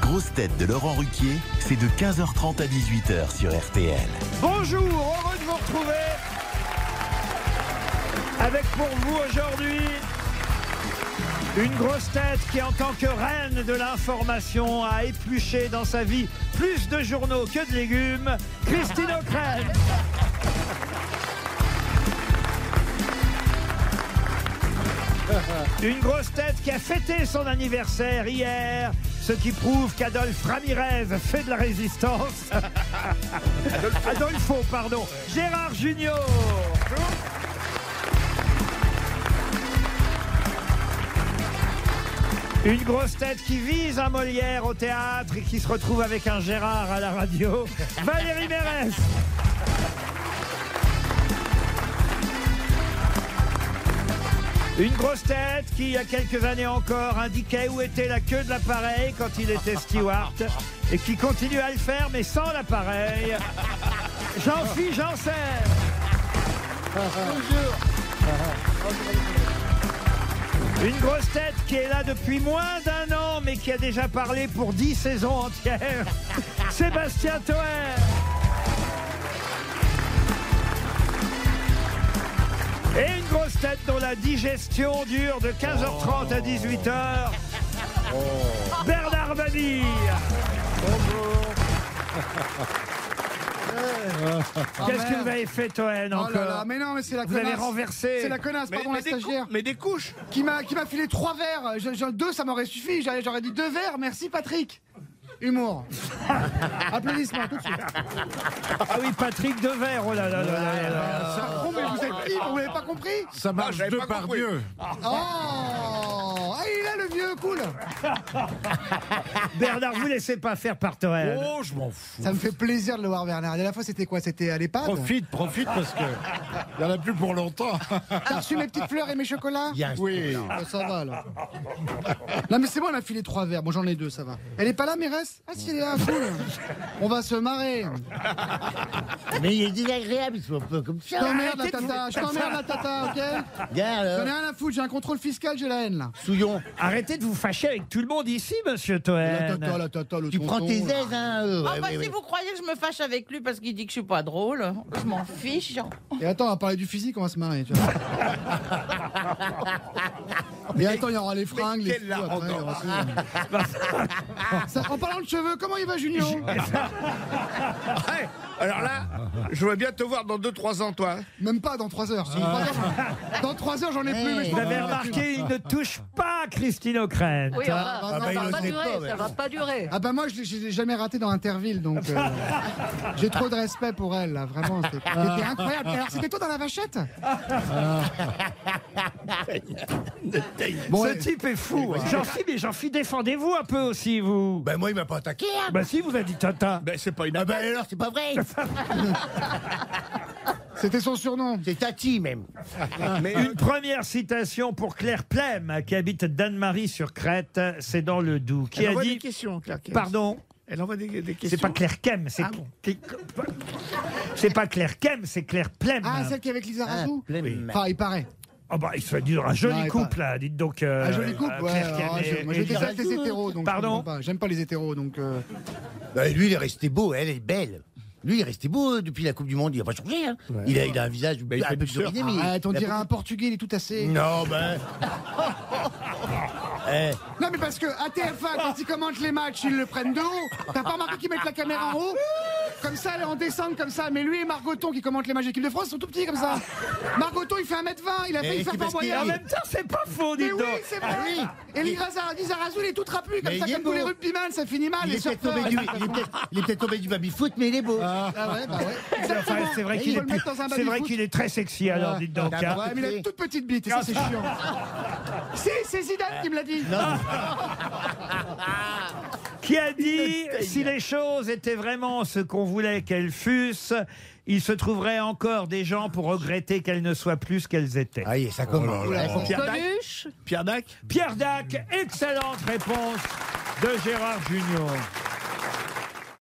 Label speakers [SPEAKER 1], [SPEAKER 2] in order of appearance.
[SPEAKER 1] grosses têtes de Laurent Ruquier, c'est de 15h30 à 18h sur RTL.
[SPEAKER 2] Bonjour, heureux de vous retrouver avec pour vous aujourd'hui une grosse tête qui, en tant que reine de l'information, a épluché dans sa vie plus de journaux que de légumes, Christine O'Krent. Une grosse tête qui a fêté son anniversaire hier, ce qui prouve qu'Adolphe Ramirez fait de la résistance. Adolfo, pardon. Gérard Junior. Une grosse tête qui vise un Molière au théâtre et qui se retrouve avec un Gérard à la radio, Valérie Mérès. Une grosse tête qui, il y a quelques années encore, indiquait où était la queue de l'appareil quand il était steward et qui continue à le faire mais sans l'appareil. J'en suis, j'en sais. Une grosse tête qui est là depuis moins d'un an mais qui a déjà parlé pour dix saisons entières, Sébastien Toer. Et une grosse tête dont la digestion dure de 15h30 à 18h.
[SPEAKER 3] Oh.
[SPEAKER 2] Bernard Mabille. Qu'est-ce que vous avez fait, Toen,
[SPEAKER 3] Oh
[SPEAKER 2] encore
[SPEAKER 3] là là, mais non, mais c'est la
[SPEAKER 2] Vous
[SPEAKER 3] connasse.
[SPEAKER 2] avez renversé.
[SPEAKER 3] C'est la connasse, pardon, la stagiaire.
[SPEAKER 4] mais des couches
[SPEAKER 3] Qui m'a, qui m'a filé trois verres. Je- je- deux, ça m'aurait suffi. J'aurais, j'aurais dit deux verres. Merci, Patrick. Humour. Applaudissements, tout de suite.
[SPEAKER 2] Ah oui, Patrick Devers, oh là là là là là là.
[SPEAKER 4] Euh,
[SPEAKER 3] Oh, mais vous êtes qui Vous m'avez pas compris
[SPEAKER 5] Ça marche
[SPEAKER 4] j'avais
[SPEAKER 5] deux
[SPEAKER 4] pas
[SPEAKER 5] par
[SPEAKER 4] compris.
[SPEAKER 5] Dieu.
[SPEAKER 3] Oh
[SPEAKER 4] Oh.
[SPEAKER 3] Ah, il est là, le vieux, cool.
[SPEAKER 2] Bernard, vous laissez pas faire par Toen.
[SPEAKER 5] Oh, je m'en fous.
[SPEAKER 3] Ça me fait plaisir de le voir, Bernard. La dernière fois, c'était quoi C'était à
[SPEAKER 4] Oh,
[SPEAKER 3] l'EHPAD
[SPEAKER 5] Profite, profite parce que il y en a plus pour longtemps.
[SPEAKER 3] T'as reçu mes petites fleurs et mes chocolats
[SPEAKER 5] Oui.
[SPEAKER 3] Ah, ça va alors. Non mais c'est bon, on a filé trois verres. Bon, j'en ai deux, ça va. Elle est pas là, mairesse Ah si, elle est là, cool. On va se marrer.
[SPEAKER 6] Mais il est désagréable, ils sont un peu comme
[SPEAKER 3] Je
[SPEAKER 6] ça.
[SPEAKER 3] t'emmerde, la tata. Je t'emmerde, la tata, ok J'en
[SPEAKER 6] Regarde,
[SPEAKER 3] ai
[SPEAKER 6] là,
[SPEAKER 3] rien à foutre, j'ai un contrôle fiscal, j'ai la haine là.
[SPEAKER 6] euh, souillon.
[SPEAKER 2] Arrêtez de vous fâcher avec tout le monde ici, monsieur
[SPEAKER 3] La
[SPEAKER 2] Toen.
[SPEAKER 3] tata, la tata, le
[SPEAKER 6] Tu prends tes
[SPEAKER 3] tonton, là.
[SPEAKER 6] aises, hein. euh,
[SPEAKER 7] Ah
[SPEAKER 6] ouais,
[SPEAKER 7] bah
[SPEAKER 6] ouais,
[SPEAKER 7] si
[SPEAKER 6] ouais.
[SPEAKER 7] vous croyez que je me fâche avec lui parce qu'il dit que je suis pas drôle, je m'en fiche.
[SPEAKER 3] Et attends, on va parler du physique, on va se marrer, tu vois. Et attends, il y aura les fringues, les
[SPEAKER 4] quel
[SPEAKER 3] fous, après, il y aura tout. Ça- En parlant de cheveux, comment il va, Junior
[SPEAKER 4] Ouais. Alors là, je veux bien te voir dans 2-3 ans, toi.
[SPEAKER 3] Même pas dans 3 heures.
[SPEAKER 6] Ah.
[SPEAKER 3] si. Dans trois heures, Dans 3 heures, j'en ai plus. Mais je
[SPEAKER 6] Eh.
[SPEAKER 2] Vous
[SPEAKER 3] pense
[SPEAKER 2] avez
[SPEAKER 3] que-
[SPEAKER 2] remarqué, il ne touche pas Christine O'Krent.
[SPEAKER 8] Oui, enfin,
[SPEAKER 3] Ah bah,
[SPEAKER 8] ça
[SPEAKER 3] il
[SPEAKER 8] va
[SPEAKER 3] le
[SPEAKER 8] pas
[SPEAKER 3] sait
[SPEAKER 8] durer, ça va pas durer.
[SPEAKER 3] Ah bah moi je l'ai- je l'ai jamais raté dans Interville donc euh, j'ai trop de respect pour elle là vraiment c'était
[SPEAKER 6] Ah.
[SPEAKER 3] c'était incroyable. Alors c'était toi dans la vachette Bon,
[SPEAKER 2] Ce
[SPEAKER 3] et-
[SPEAKER 2] type est fou. hein. J'en suis, mais j'en suis. Défendez-vous un peu aussi, vous.
[SPEAKER 5] Ben moi, il m'a pas attaqué. hein.
[SPEAKER 2] Bah si, vous avez dit Tata.
[SPEAKER 4] Ben, c'est pas une
[SPEAKER 6] Ah bah alors, c'est pas vrai.
[SPEAKER 3] C'était son surnom.
[SPEAKER 6] C'est Tati, même.
[SPEAKER 4] Mais
[SPEAKER 2] Une première citation pour Claire Plem, qui habite Danemarie sur Crète, c'est dans le Doubs, qui
[SPEAKER 4] elle
[SPEAKER 2] a
[SPEAKER 4] envoie des
[SPEAKER 2] dit...
[SPEAKER 4] questions, Claire. Kems.
[SPEAKER 2] Pardon
[SPEAKER 4] Elle envoie des, des questions.
[SPEAKER 2] c'est pas Claire Kem, c'est
[SPEAKER 4] Ah bon.
[SPEAKER 2] qui- c'est pas Claire Kem, c'est Claire Plem.
[SPEAKER 3] Ah celle qui est avec Lisa
[SPEAKER 6] Ah,
[SPEAKER 3] Razou
[SPEAKER 6] pleine
[SPEAKER 3] Enfin il paraît.
[SPEAKER 2] Oh bah, il se fait dire un
[SPEAKER 3] Non,
[SPEAKER 2] joli
[SPEAKER 3] elle
[SPEAKER 2] couple là, dites donc. euh,
[SPEAKER 3] Ah jolie coupe.
[SPEAKER 2] euh,
[SPEAKER 3] Ouais,
[SPEAKER 2] Claire
[SPEAKER 3] alors,
[SPEAKER 2] Kem
[SPEAKER 3] je-
[SPEAKER 2] et-
[SPEAKER 3] moi je
[SPEAKER 2] et Lisa
[SPEAKER 3] déteste les
[SPEAKER 2] Razou.
[SPEAKER 3] hétéros donc. je
[SPEAKER 2] Pardon
[SPEAKER 3] comprends pas. J'aime pas les hétéros donc. euh,
[SPEAKER 6] Bah, lui, il est resté beau, elle est belle. Lui, il est resté beau euh, depuis la Coupe du Monde, il a pas changé. Hein. Il, a, il a un visage
[SPEAKER 4] il fait
[SPEAKER 2] Ah,
[SPEAKER 6] un peu
[SPEAKER 4] plus
[SPEAKER 6] duriné, mais.
[SPEAKER 3] Arrête, Ah, on
[SPEAKER 6] il a
[SPEAKER 3] dirait
[SPEAKER 6] beaucoup-
[SPEAKER 3] un portugais il est tout assez.
[SPEAKER 6] Non, ben. Eh,
[SPEAKER 3] Non mais parce que à TF1 quand ils commentent les matchs ils le prennent de haut. T'as pas remarqué qu'ils mettent la caméra en haut comme ça, elle est en descente comme ça, mais lui et Margoton qui commentent les matchs de l'équipe de France ils sont tout petits comme ça. Margoton il fait 1m20, il a failli
[SPEAKER 6] c'est
[SPEAKER 3] faire
[SPEAKER 6] parce qu'il
[SPEAKER 2] Et
[SPEAKER 3] parboyer.
[SPEAKER 2] en même temps, c'est pas faux, dites
[SPEAKER 3] Mais oui,
[SPEAKER 2] donc.
[SPEAKER 3] c'est vrai. Et Lizarazu, il est tout trapu comme
[SPEAKER 6] Ah Mais
[SPEAKER 3] ça,
[SPEAKER 6] il est
[SPEAKER 3] comme tous les
[SPEAKER 6] beau.
[SPEAKER 3] rugbyman, ça finit mal.
[SPEAKER 6] il
[SPEAKER 3] les
[SPEAKER 6] est peut-être
[SPEAKER 3] surfeurs.
[SPEAKER 6] tombé du, il est peut-être- il est peut-être tombé du baby-foot, mais il est beau.
[SPEAKER 3] Ah ouais, bah ouais.
[SPEAKER 2] Enfin,
[SPEAKER 3] Exactement.
[SPEAKER 2] c'est vrai
[SPEAKER 3] Et
[SPEAKER 2] qu'il
[SPEAKER 3] il
[SPEAKER 2] est,
[SPEAKER 3] faut le mettre dans un
[SPEAKER 2] plus- c'est vrai
[SPEAKER 3] baby-foot.
[SPEAKER 2] qu'il est très sexy alors, dites donc.
[SPEAKER 6] Ah,
[SPEAKER 2] hein.
[SPEAKER 6] bah
[SPEAKER 3] Ouais, mais il a une toute petite bite, et ça c'est
[SPEAKER 2] Ah.
[SPEAKER 3] chiant. Si, c'est Zidane qui me l'a dit.
[SPEAKER 2] qui a dit si les choses étaient vraiment ce qu'on voulait qu'elles fussent, il se trouverait encore des gens pour regretter qu'elles ne soient plus ce qu'elles étaient.
[SPEAKER 6] Ah, oui, ça
[SPEAKER 5] Oh
[SPEAKER 6] commence.
[SPEAKER 4] Pierre Dac.
[SPEAKER 8] Coluche
[SPEAKER 4] Pierre Dac
[SPEAKER 2] Pierre Dac, excellente réponse de Gérard Junior.